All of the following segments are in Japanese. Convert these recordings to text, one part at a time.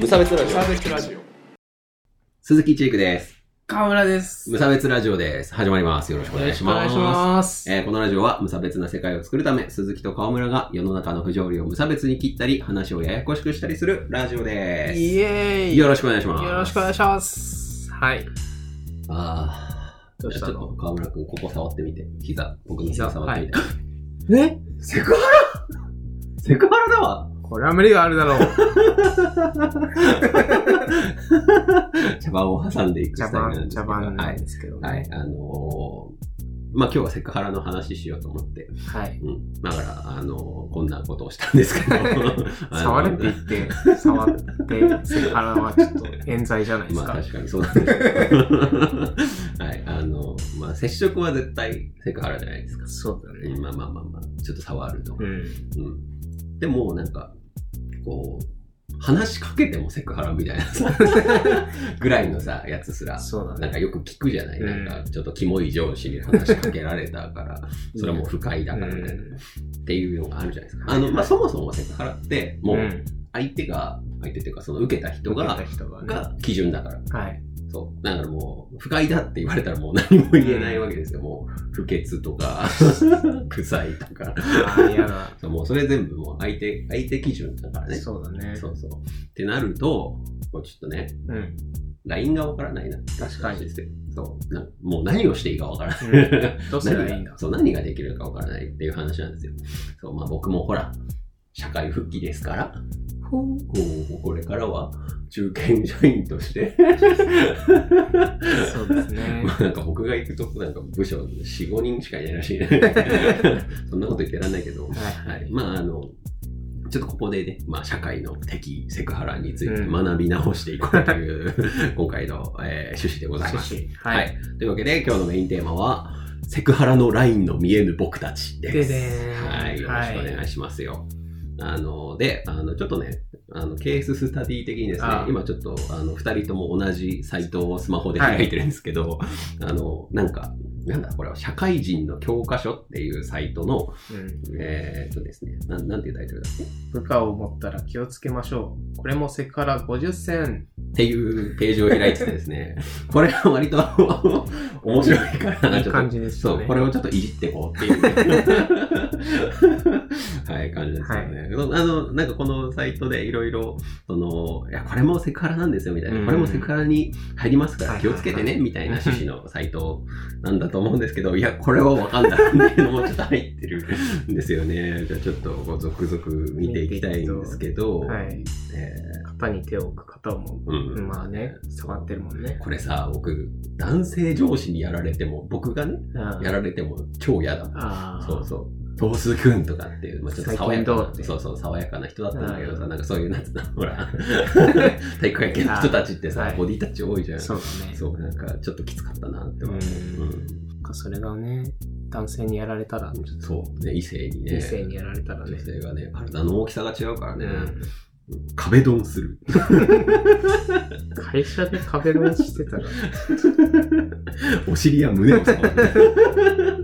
無差別ラジオ無差別ラジオ。鈴木チークです。河村です。無差別ラジオです。始まります。よろしくお願いします。ます。えーこのラジオは無差別な世界を作るため、鈴木と川村が世の中の不条理を無差別に切ったり、話をややこしくしたりするラジオでイエす。ーイよろしくお願いします。よろしくお願いします。はい。あーどうしたちょっのと川村くん、ここ触ってみて。膝、僕の膝膝触ってみて。え セクハラセクハラだわ。 これは無理があるだろう。茶番を挟んでいく茶スタイルなんで番、すけ茶ど番はなんい。ですけどね。はい。あのーまあ、今日はセクハラの話しようと思って。はい。うん。だから、あのーこんなことをしたんです けど。触れってて言 って、触って、セクハラはちょっと冤罪じゃないですまあか。確かにそうなんですけど。 はい。あの、まあ接触は絶対セクハラじゃないですか。そうだね。まあまあまあまあ、ちょっと触るとうか。ん。うん。でもなんか、こう、話しかけてもセクハラみたいな さ、ぐらいのさ、やつすら。そうだなんね。かよく聞くじゃない、うんなんかちょっとキモい上司に話しかけられたから、それはもう不快だうかんらみたいな、っていうのがあるじゃないですか。はあいの、まあそもそもセクハラって、もう。うん相手が、相手っていうかその受けた人受けがた、人がね。が基準だから。 はい。そう。だからもう、不快だって言われたらもう何も言えないわけですよ。もう、不潔と か、臭いとか。ああ、嫌だ。そうもうそれ全部もう相手、相手基準だからね。そうだね。そうそう。ってなると、もうちょっとね、 うん。ラインがわからないなって確かにですよ。そう。なもう何をしていいかわからない。どうすればいいんだ何が。 そう、何ができるかわからないっていう話なんですよ。そう、まあ僕もほら、社会復帰ですから、ほうこうこれからは中堅社員として、そうですね。 まあなんか僕が行くとこなんか部署4、5人しかいないらしいね。そんなこと言ってらんないけど。ははい。まああの、ちょっとここでね、まあ社会の敵、セクハラについてうん学び直していこうという、今回の、えー趣旨でございい。ます。趣旨ははいい。。というわけで今日のメインテーマは、セクハラのラインの見えぬ僕たちです。ででーんはい。よろしくお願いしますよ。あの、で、あの、ちょっとね、あの、ケーススタディ的にですねあ、あ今ちょっと、あの、二人とも同じサイトをスマホで開いてるんですけど、あの、なんか、なんだ、これは、社会人の教科書っていうサイトの、うんえーっとですね、なん、なんていうタイトルだっけ部下を持ったら気をつけましょう。これもセクハラ50選。っていうページを開いててですね、これは割と面白いから、 いいちょっと感じで すそよう、ね。これをちょっといじってこうっていう、 はい、感じですよね。あの、なんかこのサイトでいろいろ、その、いや、これもセクハラなんですよみたいな、うんこれもセクハラに入りますからはい気をつけてはいね、はみたいな趣旨のサイトなんだと思うんですけど、いや、これはわかんない っていうのもちょっと入ってるんですよね。じゃあちょっとこう続々見ていきたいんですけど、はい。え肩に手を置く肩をも、ーうんまあね、触ってるもんね。これさ、僕、男性上司にやられても、僕がね、うんやられても超嫌だもん。ああ。そうそう。トースくんとかっていう、まあ、ちょっと爽や最近どかうってな、そうそう、爽やかな人だったんだけどうさ、んなんかそういう、なんつうの、ほ ら、体育会系の人たちってあーさは、いボディタッチ多いじゃん。そうだね。そう、なんかちょっときつかったなって思う。うんなんかそれがね、男性にやられたら、うんそう、ね、異性にね。異性にやられたらね女。性がね、体の大きさが違うからうね、ん壁ドンする。会社で壁ドンして たら、お尻や胸を触る。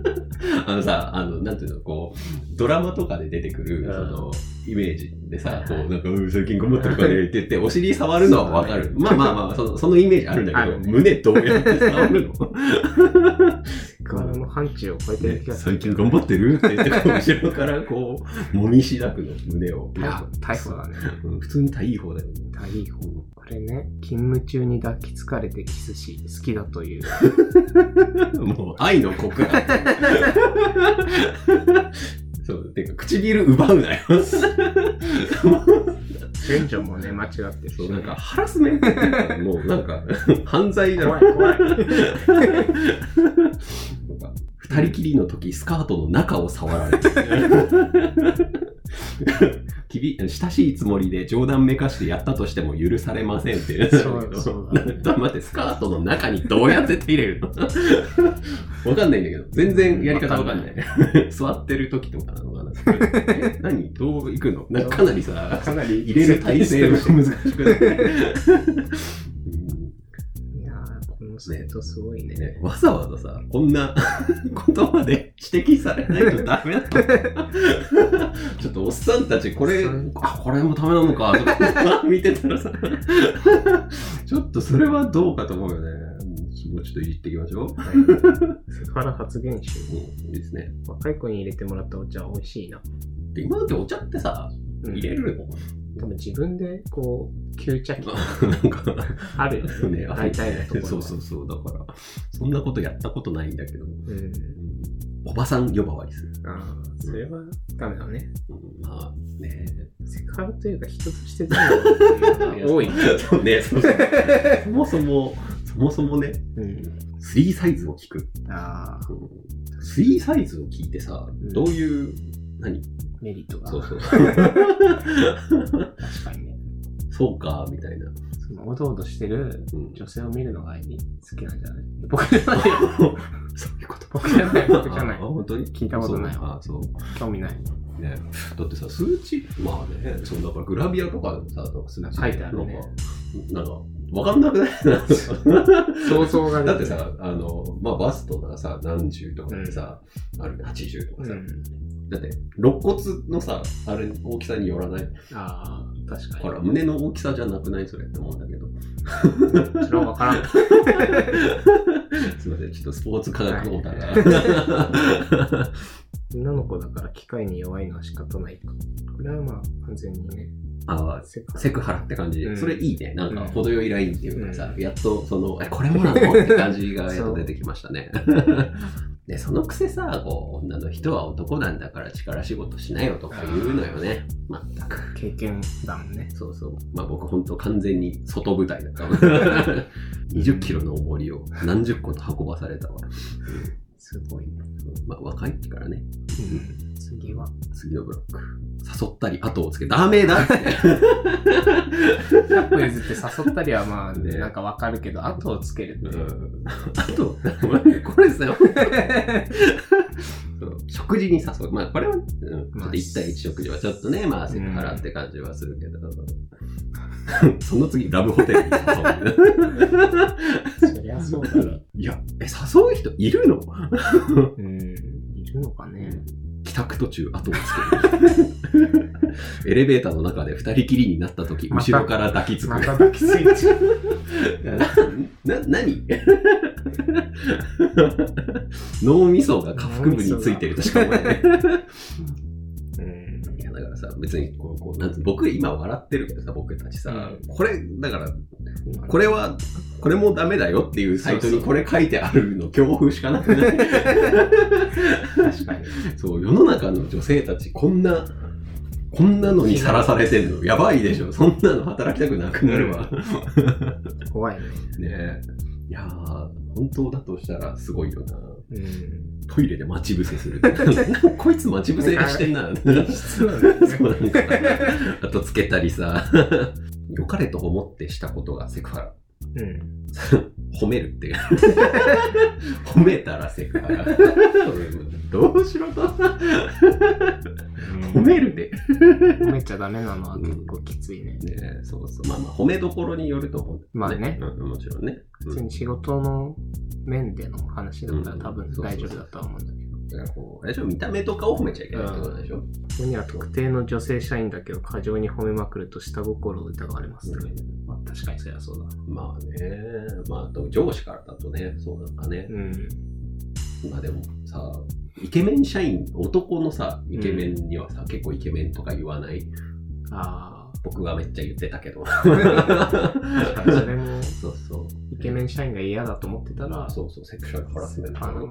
あのさ、あの、なんていうの、こう、ドラマとかで出てくる、うんその、イメージでさ、こはう、いなんか、うん最近頑張ってるからねって言って、お尻触るのはわかる。まあまあまあ、その、そのイメージあるんだけど、あるね胸どうやって触 るのこれも範疇を超えてるね気がす最る。近頑張ってるって言って、こう後ろからこう、もみしだくの、胸を。いや、逮捕だね。うん普通に大いい方だよね。逮捕。これね、勤務中に抱きつかれてキスし、好きだ という。もう愛の告白。そう、てか唇奪うな よ。順序もね、間違ってるしそうね。なんかハラスメントっていうか、もうなん か犯罪だ怖ろ。い怖い。なんか二人きりの時スカートの中を触られ て。きび親しいつもりで冗談めかしてやったとしても許されませんっていう。そうそうだねなんか待って、スカートの中にどうやって手入れ るのわかんないんだけど、全然やり方わかんない。座ってる時とかなのかな。 え何どう行くのなんかかなりさ、かなり入れ る体勢が難しくない。うんいやーこのするとすごいね。ね、わざわざさ、こんな ことまで指摘されないとダメだと思 うちょっとおっさんたち、これおっさん、あ、これもダメなのか、とか見てたらさ、 ちょっとそれはどうかと思うよね。もうちょっといじっていきましょう。セクハラ発言集。いいですね。若い子に入れてもらったお茶は美味しいな。で今だってお茶ってさ、うん入れる の多分自分で、こう、吸茶器なんか、あるよね。ね、大体のところはそうそうそう、だから、そんなことやったことないんだけど、うん。おばさん呼ばわりする。ああ、それはダメだね。うんまあね。セクハラというか人としてダメだっていうのが多い。そう ね、そうそうそもそも、そもそもね、うん。 3サイズを聞く。ああ、 3サイズを聞いてさ、んどういう、何メリットが。そうそう。 確かにね。そうか、みたいな。そのおどおどしてるうん女性を見るのが愛に好きなんじゃない僕じゃないよ。そういうこと。僕じゃない、僕じゃなあい。本当に聞いたことないそうあそう。興味ない。ね、だってさ、数値、まあね、そうだからグラビアとかでもさ、なんか数値書いてあるねなんか、わかんなく ない想像がだって、さ、あの、まあ、バストがさ、何十とかってさ、あるね、80とかうさ、ん。だって、肋骨のさ、あれ、大きさによらない。ああ、確かに。ほら、胸の大きさじゃなくないそれって思うんだけ ど。それは分からん。すいません、ちょっとスポーツ科学オーターが。女の子だから機械に弱いのは仕方ないか。これはまあ、完全にね。 あセクあ、セクハラって感じ、うんそれいいね。なんか、うん程よいラインっていうかさ、うんやっと、その、え、これもなのって感じ がやっと出てきましたね。 で、そのくせさ、こう、女の人は男なんだから力仕事しなよとか言うのよね。まったく。経験だもんね。そうそう。まあ僕本当完全に外舞台だ った。20キロの重りを何十個と運ばされたわ。すごいね。まあ若い時からね、うん。次は。次のブロック。誘ったり後をつけ、ダメだって。 100歩譲って誘ったりは まあ、ねなんか分かるけど、後をつけるって。あと、これですよ。そう食事に誘う。まあこれは、うん、ちょっと1対1食事はちょっとね、まあセクハラって感じはするけど。 その次、ラブホテルに誘 う。そりゃそうだろ。いや、え、誘う人いるのうん。いるのかね。帰宅途中後をつける エレベーターの中で二人きりになった時また後ろから抱きつく、 また抱きついちゃう。な何 脳みそが下腹部についてるとしか思えないうん。いやだからさ別にこうこうなんつ僕今笑ってるけどさ僕たちさ、うんこれだからこれはこれもダメだよっていうサイトにこれ書いてあるの恐怖しかなくない確かに。そう世の中の女性たちこんなこんなのにさらされてんのやばいでしょそんなの働きたくなくなるわ怖いね。ねえ。いやー、本当だとしたらすごいよな。 うん。トイレで待ち伏せする。なん かこいつ待ち伏せしてん な。そうだねそうなんか。あとつけたりさ。良かれと思ってしたことがセクハラ。うん。褒める っていう。褒めたらセク ハラ。どうしろと褒めるで。褒めちゃダメなのは結構きついね。ねえそうそう。まあまあ、褒めどころによると思う。まあねうんもちろんね。普通に仕事の面での話だったら多う分ん大丈夫だとは思うんだけど。だからこう、あれでしょ見た目とかを褒めちゃいけないってことでしょここには特定の女性社員だけを過剰に褒めまくると下心を疑われますとか、まあ確かにそりゃそうだ。まあね、まあ、あと上司からだとね、そうなんかね、うん。まあでもさ、イケメン社員、男のさ、イケメンにはさ、結構イケメンとか言わない、あ僕がめっちゃ言ってたけど。あ、確かにそれ もそうそう。イケメン社員が嫌だと思ってたら、そうそう、セクシャルハラスメントあだなのう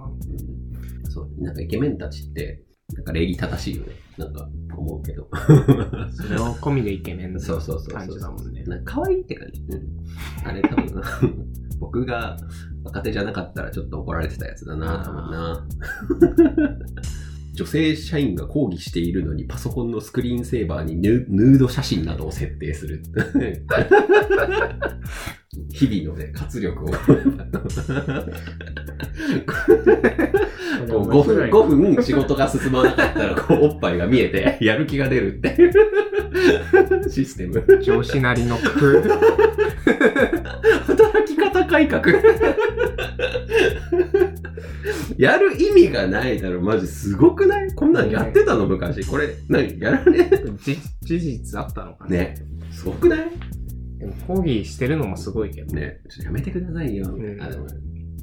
んそう、なんかイケメンたちって、なんか礼儀正しいよね。なんか思うけど。それを込みでイケメン のそうそうそうそう。感じだもんね。なんか可愛いって感じ。うん、あれ多分、僕が若手じゃなかったらちょっと怒られてたやつだな、多分な。 女性社員が抗議しているのにパソコンのスクリーンセーバーにヌヌード写真などを設定する。 日々のね、活力を。こう5分、五5分仕事が進まなかったら、こう、おっぱいが見えて、やる気が出るっていうシステム。上司なりの工夫。 働き方改革。やる意味がないだろ、マジすごくないこんなんやってたの昔。これ、何やらねじ事実あったのかな。ね。すごくないでも抗議してるのもすごいけど。ね、ちょっとやめてくださいよ。うんあの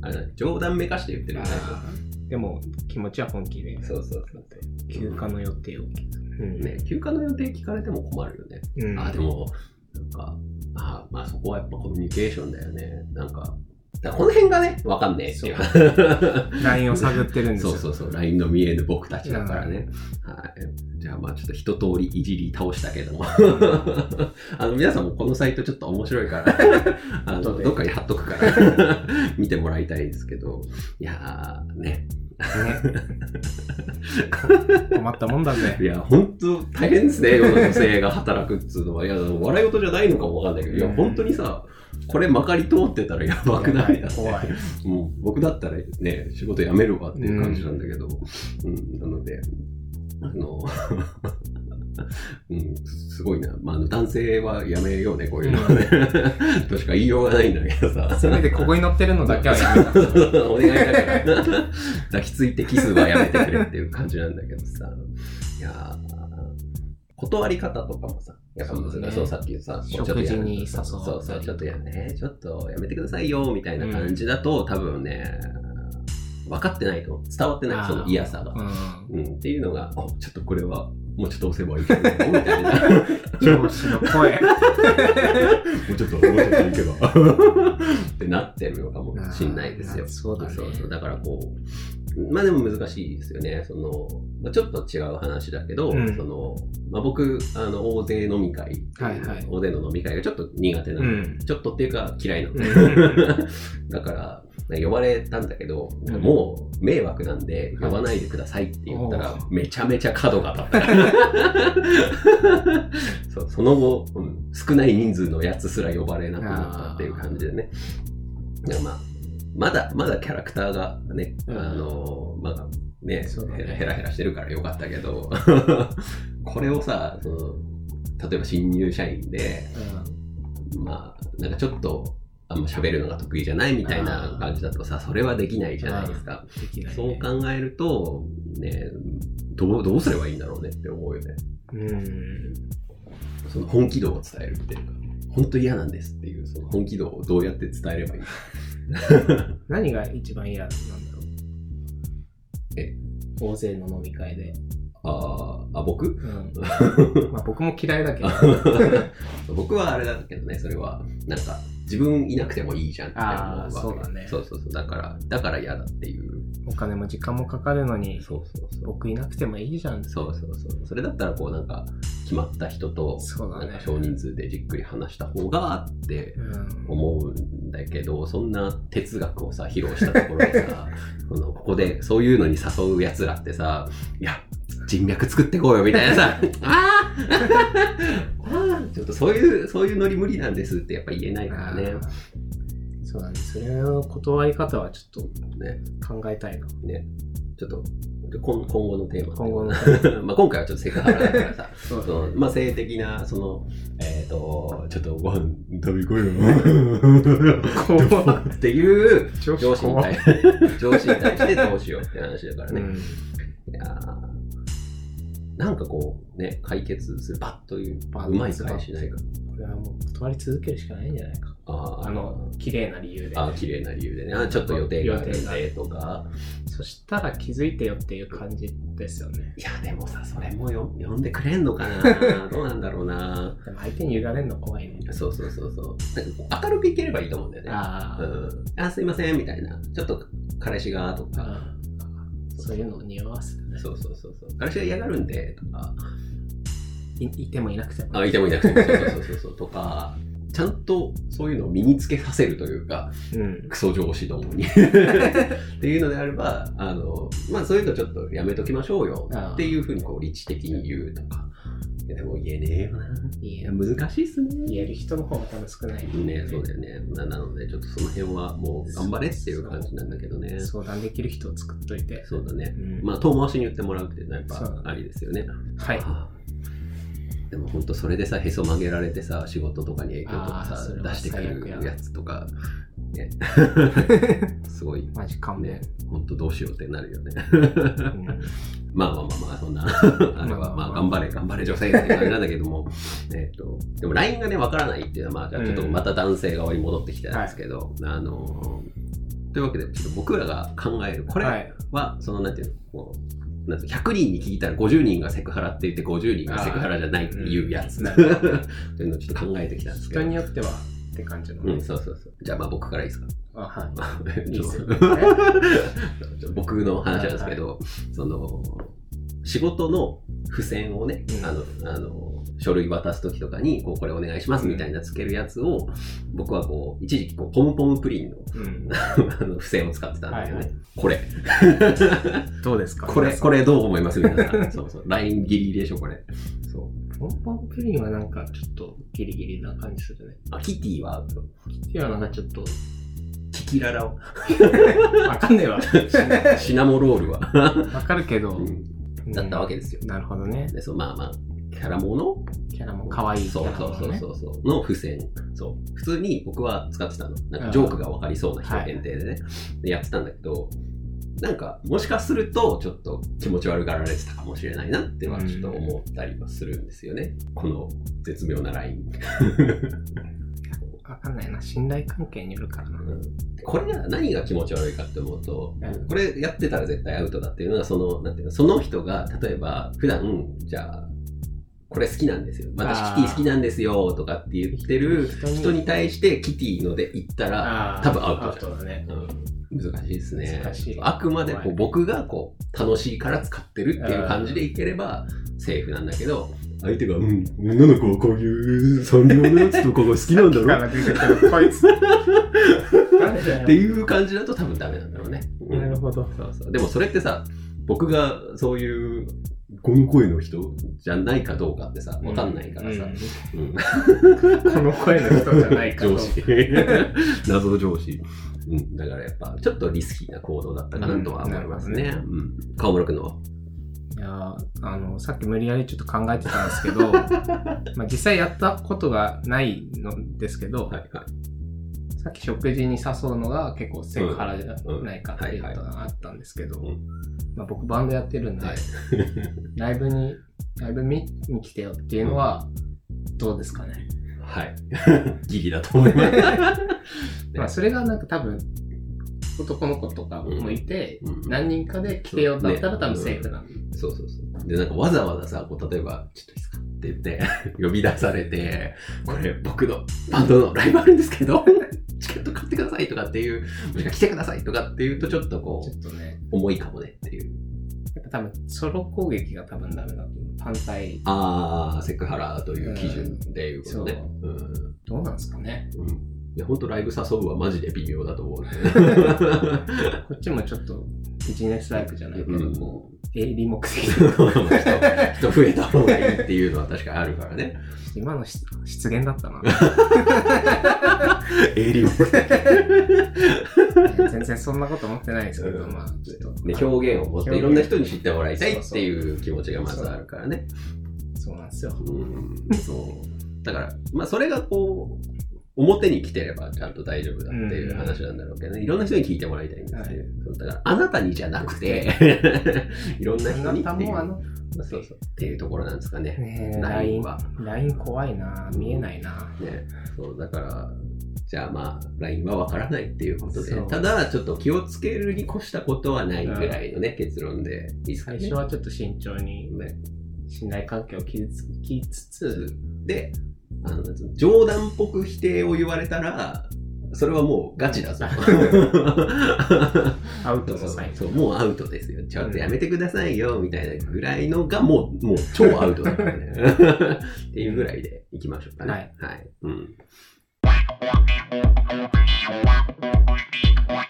あの冗談めかして言ってるみたいあーでも気持ちは本気でな。そうそうそう。休暇の予定を、うんね、休暇の予定聞かれても困るよね。うん、あ、でも、なんか、あまあそこはやっぱコミュニケーションだよね。なんか、だからこの辺がね、わかんねえっていう。 LINE を探ってるんですよそうそうそう、LINE の見えぬ僕たちだからね。はい。じゃあまあちょっと一通りいじり倒したけども。 あの皆さんもこのサイトちょっと面白い から、あの後でどっかに貼っとくから、 見てもらいたいんですけど。いやーね。 ね、困ったもんだぜいや、本当大変です ね。世の女性が働くっつうのは。いや、笑い事じゃないのかもわかんないけど、いや、本当にさ、これまかり通ってたらやばくないだって怖いもう僕だったらね、仕事辞めるわっていう感じなんだけど、うん、なので、あの、 うん、すごいな。まあ、あの男性は辞めようね、こういうのはね。 としか言いようがないんだけど さ。せめてここに乗ってるのだけはやめたお願いだから、抱きついてキスはやめてくれっていう感じなんだけどさ。いやー断り方とかもさ、やっぱ難しそうい。だねそう、さっきさ、食ちょっとや事に誘うそうそう、ちょっとやね、ちょっとやめてくださいよ、みたいな感じだと、多分ね、分かってないと、伝わってなあーい、その嫌さが。 うんうん、っていうのが、あ、ちょっとこれは、もうちょっと押せばいいけど、みたい な。も上司の 声うちょっと、もうちょっといけば。ってなってるのかもしんないですよ。そうだねそうそう。だからこう、まあでも難しいですよね。その、まあ、ちょっと違う話だけど、うんその、まあ僕、あの、大勢飲み会、はいはい大勢の飲み会がちょっと苦手なうの、んちょっとっていうか嫌いなの。うん だから、呼ばれたんだけど、うんもう迷惑なんで、はい呼ばないでくださいって言ったらお、めちゃめちゃ角が立った。 そうその後、うん少ない人数のやつすら呼ばれなくなったっていう感じでね。でまあ、まだ、まだキャラクターがね、う んあの、まだね、そうだヘねラヘラヘラしてるからよかったけど、 これをさ、その例えば新入社員で、まあ、なんかちょっと、あんま喋るのが得意じゃないみたいな感じだとさ、それはできないじゃないですか。できないねそう考えると、ね、どう、どうすればいいんだろうねって思うよね。うんその本気度を伝えるっていうか、本当嫌なんですっていう、その本気度をどうやって伝えればいいの何が一番嫌なんだろうえ大勢の飲み会で、あーあ、僕うん、 まあ僕も嫌いだけど 僕はあれだけどね、それは、なんか、自分いなくてもいいじゃんって思うわあーけそうだねそうそうそう。だから、だから嫌だっていう。お金も時間もかかるのにそうそうそう。僕いなくてもいいじゃんそうそうそう。それだったら、こうなんか、決まった人と、そうだなねんか少人数でじっくり話した方がってうん思うんだけど、そんな哲学をさ、披露したところで さ、このここでそういうのに誘う奴らってさ、いや、人脈作ってこうよみたいなさ、 あーあー ちょっとそういう、そういうノリ無理なんですってやっぱ言えないからね。あーそうだね。それの断り方はちょっねと考えたいな。ちょっと、今今後のテーマ。今後の。 まあ今回はちょっとセクハラだからさ、 そそのまあ、性的な、その、えっ、と、ちょっとご飯食べ行こ こうよ。うっていう上上司に怖対いして、 上司に対してどうしようって話だからうね。んいやーなんかこう、ね、解決する、バッという、バッとうまい返しないか。これはもう断り続けるしかないんじゃないか。あーあの、綺麗な理由で。あー綺麗な理由でね、あーちょっと予定があるんでとか。そしたら気づいてよっていう感じですよね。いや、でもさ、それもよ読んでくれんのか などうなんだろうなでも相手に委ねるの怖いね。そうそうそうそう。なんかこう明るくいければいいと思うんだよね。あうーん、あすいませんみたいなちょっと彼氏がとか、あー。そういうのを匂わす、ねそうそうそうそう彼氏が嫌がるんでとかい。いてもいなくても。あいてもいなくてもそうそうそうそうとかちゃんとそういうのを身につけさせるというかうん。クソ上司ど もにっていうのであればあの、まあ、そういうのちょっとやめときましょうよっていうふうにこう理知的に言うとかでも言えねえよな。い言や、難しいっすね。える人の方が多分少ない。ね、そうだよね。ななので、ちょっとその辺はもう頑張れっていう感じなんだけどね。相談できる人を作っといて。そうだね。うんまあ、遠回しに言ってもらうっていうのはやっそうぱありですよね。はい。あーでも本当それでさへそ曲げられてさ仕事とかに影響とかあーそされは出してくる最悪ややつとか、ね、 すごいマジ勘ね弁。本当どうしようってなるよねうんまあまあまあまあそ んなあれはままああまあ頑張れ頑張れ女性って感じなんだけども えっとでも LINE がねわからないっていうのはまあじゃあちょっとまた男性側に戻ってきたんですけど、あのというわけでちょっと僕らが考える これはい。は、そのなんていうの、こう、なんていうの100人に聞いたら50人がセクハラって言って50人がセクハラじゃないっていうやつ。うん というのをちょっと考えてきたんですけ人ど。によってはって感じのうん、ね。そうそうそう。じゃあまあ僕からいいですか。 あはい。いちいょっすよっと僕の話なんですけど、その、仕事の付箋をね、うんあの、あの、書類渡すときとかに、こう、これお願いしますみたいなつけるやつを、僕はこう、一時期こう、ポムポムプリンの うんあの付箋を使ってたんだけどね。はいはこれ。どうですかこれ、皆さんこれどう思います皆さん。そうそう。ラインギリギリでしょ、これ。そう。ポンポンプリンはなんかちょっとギリギリな感じするね。あ、キティは、いや、なんかちょっと、キキララを。わかんねえわ。シナモロールは。わかるけど、だったわけですよ。なるほどね。で、そう、まあまあ、キャラものキャラも可愛いキそャうラそもうね。そうそうそう。の付箋。そう。普通に僕は使ってたの。なんかジョークがわかりそうな人限定でね。でやってたんだけど、なんか、もしかすると、ちょっと気持ち悪がられてたかもしれないなっては、ちょっと思ったりはするんですよね。この絶妙なライン。わかんないな。信頼関係によるからな。これが何が気持ち悪いかって思うと、うんこれやってたら絶対アウトだっていうのがそのなんていうのその人が例えば普段じゃあこれ好きなんですよあ私ーキティ好きなんですよとかって言ってる人に対してキティので言ったら多分アウトじゃんトだね。うん難しいですね難しいあくまでこ怖うい僕がこう楽しいから使ってるっていう感じでいければセーフなんだけど相手が「うん女の子はこういう産業のやつとかが好きなんだろ」から出てくるこいつ。なんだよっていう感じだと多分ダメなんだろうね。 うんなるほど。そうそうでもそれってさ僕がそういうこの声の人じゃないかどうかってさわかんないからさ、うんうんこの声の人じゃないかと 上。司謎上司、うん、だからやっぱちょっとリスキーな行動だったかなとは思いますね、うん川村君のはいやーあの、さっき無理やりちょっと考えてたんです けど、まあ実際やったことがないのですけど、はいはいさっき食事に誘うのが結構セクハラじゃないかっていうことがあったんですけど、うんはいはまあ、僕バンドやってるんで、はいライブに、ライブ見に来てよっていうのは、どうですかね。はい ギリだと思います、まあ、それがなんか多分、男の子とかもいて、うん何人かで来てよだったら多分セーフなんで。そうそうそう。で、なんかわざわざさ、こう例えば、ちょっといいですかって言って、 呼び出されて、これ僕のバンドのライブあるんですけど、 チケット買ってくださいとかっていう、もしくは来てくださいとかっていうと、ちょっとこちょう、っとね、重いかもねっていう。やっぱ多分、ソロ攻撃が多分ダメだと思う。単体、あー、セクハラという基準でいうことね。うん。どうなんですか ね。うんいや、ほんとライブ誘うはマジで 微妙だと思うね。こっちもちょっと、ビジネスライクじゃないけうど、んこう、営利目的人人増えた方がいいっていうのは確かにあるからね。今の失失言だっ たな。営 利全然そんなこと思ってないですけど、うんまあ、ちょっと。ね、表現を持っていろんな人に知ってもらいたいっていう気持ちがまそずうそうあるからね。そうなんですよ。うん、そう。だから、まあ、それがこう、表に来てればちゃんと大丈夫だっていう話なんだろうけどね。いろんな人に聞いてもらいたいんですっていう。そうだから、あなたにじゃなくて、 いろんなあ人になってたいもあう。の、そうそう。っていうところなんですかね。ねえ、ライン LINE は。 LINE 怖いな見えないなね。そう、だから、じゃあまあ、LINE はわからないっていうことでそ、うただ、ちょっと気をつけるに越したことはないぐらいのね、結論でいいですか最ね。初はちょっと慎重にね信頼関係を築きつつ、であのなんつうの冗談っぽく否定を言われたらそれはもうガチだぞ アウそトうそのうサイン。そうもうアウトですよちょっとやめてくださいよみたいなぐらいのがもうもう超アウトだ からねっていうぐらいでいきましょうかねはい、うん「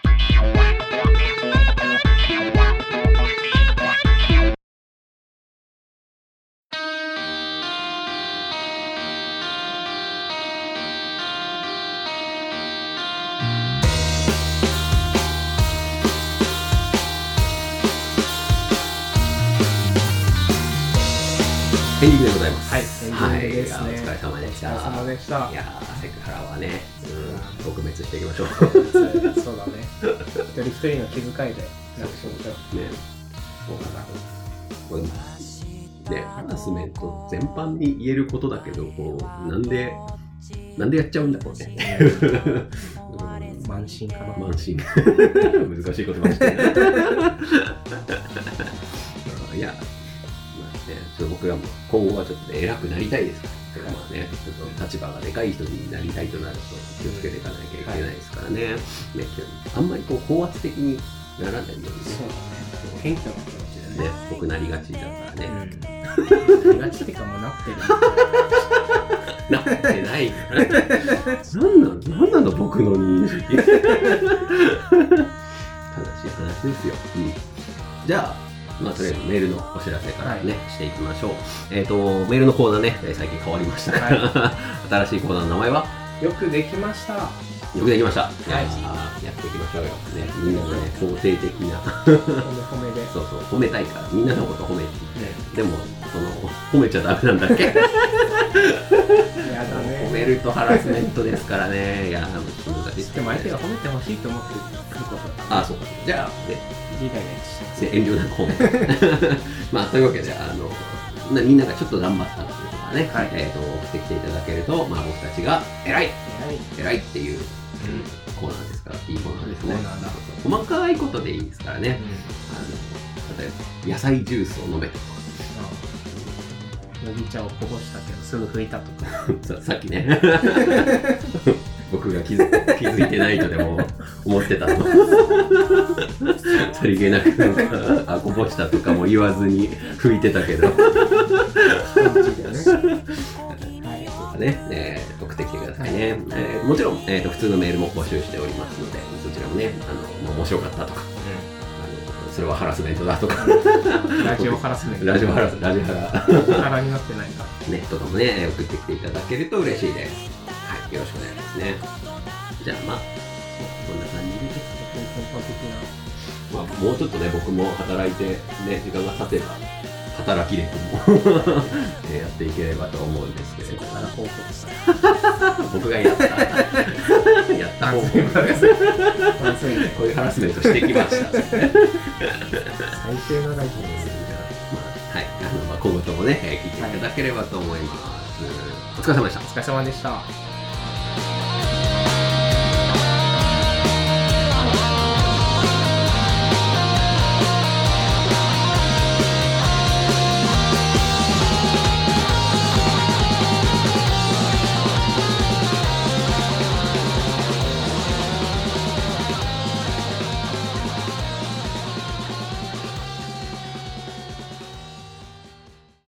エンディングでございます。はい、はい、エンディングいですやね。お疲れ様でした。お疲れ様でしたいやーセクハラはね、うん、撲滅していきましょう。そうだね。一人一人の気遣いでなくしましょう。ね、そうだな。これね、ハラスメント全般に言えることだけど、こう、なんで、なんでやっちゃうんだろうね。 うん満身かな。満身。 難し いことまして。いや、まあね、ちょっと僕らも今後はちょっとね、偉くなりたいですから。まあね、ちょっと立場がでかい人になりたいとなると気をつけていかなきゃいけないですからね。ねあんまりこう高圧的にならないようにね。そうだね。謙虚な気持ちでね。ね、僕なりがちだからね。うん。ガチってかもうなってる。なってない から。なんなのなんなの僕の 認識。悲しい話ですよ。うん。じゃあ、まあ、とりあえずメールのお知らせからね、していきましょう。えっ、と、メールのコーナーね、えー最近変わりましたから、新しいコーナーの名前は、よくできました。よくできました。いやーやっていきましょうよ。ね、みんなのね、肯定的な、褒め褒めで。そうそう、褒めたいから、みんなのこと褒めて。ねでも、その、褒めちゃダメなんだっけやだ褒ね。めるとハラスメントですからね。いや、難しい。でも相手が褒めてほしいと思ってくることあ、そうか。じゃあ、ね、理解が一ね遠慮なく褒める。 まあ、というわけで、あの、なみんながちょっと頑張ったっていうとかね、はいえっ、と、送ってきていただけると、まあ、僕たちが、偉い緒。はい。偉いっていうコーナーですから、いいコーナーですねコーナーだ。細かいことでいいですからね。うあの、例えば、野菜ジュースを飲めとか。ん。麦茶をこぼしたけどすぐ拭いたとか。ささっきね 僕が気づ気づいてないとでも思ってたのさりげなくなんかあこぼしたとかも言わずに拭いてたけどはい。ね、えー送ってきてくださいね、えーもちろん、えー、と普通のメールも募集しておりますのでそちらもねあの、まあ面白かったとかあのそれはハラスメントだとか ラジオハラスメント。ラジオハラスラジハラ腹になってないか。ネットとかもね、えー送ってきていただけると嬉しいです。はい、よろしくお願いしますね。じゃあまあ、こんな感じで、根本的まあ、もうちょっとね、僕も働いて、ね、時間が経てば、働 き歴も、えーやっていければと思うんですけれな。どそこ、から報告され僕がやった、やった方法た。まずいね。こういうハラスメントしてきました。最低のラジオでまあす。はい、あの、まあ、今後ともね、えー聞いていただければと思います。お疲れ様でした。お疲れ様でした。